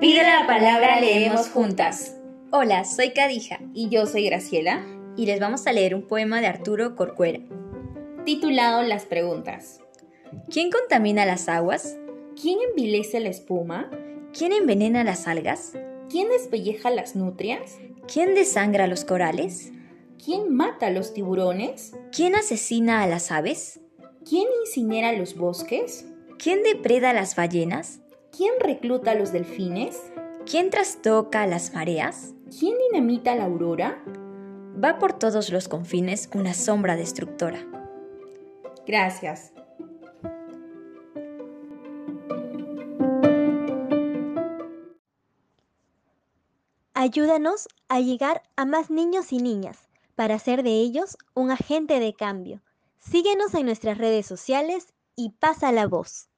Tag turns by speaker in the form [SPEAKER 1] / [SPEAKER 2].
[SPEAKER 1] Pide la palabra, leemos juntas.
[SPEAKER 2] Hola, soy Kadija
[SPEAKER 1] Y yo soy Graciela,
[SPEAKER 2] y les vamos a leer un poema de Arturo Corcuera.
[SPEAKER 1] titulado Las preguntas.
[SPEAKER 2] ¿Quién contamina las aguas?
[SPEAKER 1] ¿Quién envilece la espuma?
[SPEAKER 2] ¿Quién envenena las algas?
[SPEAKER 1] ¿Quién despelleja las nutrias?
[SPEAKER 2] ¿Quién desangra los corales?
[SPEAKER 1] ¿Quién mata los tiburones?
[SPEAKER 2] ¿Quién asesina a las aves?
[SPEAKER 1] ¿Quién incinera los bosques?
[SPEAKER 2] ¿Quién depreda a las ballenas?
[SPEAKER 1] ¿Quién recluta a los delfines?
[SPEAKER 2] ¿Quién trastoca las mareas?
[SPEAKER 1] ¿Quién dinamita la aurora?
[SPEAKER 2] Va por todos los confines una sombra destructora.
[SPEAKER 1] Gracias.
[SPEAKER 3] Ayúdanos a llegar a más niños y niñas para hacer de ellos un agente de cambio. Síguenos en nuestras redes sociales y pasa la voz.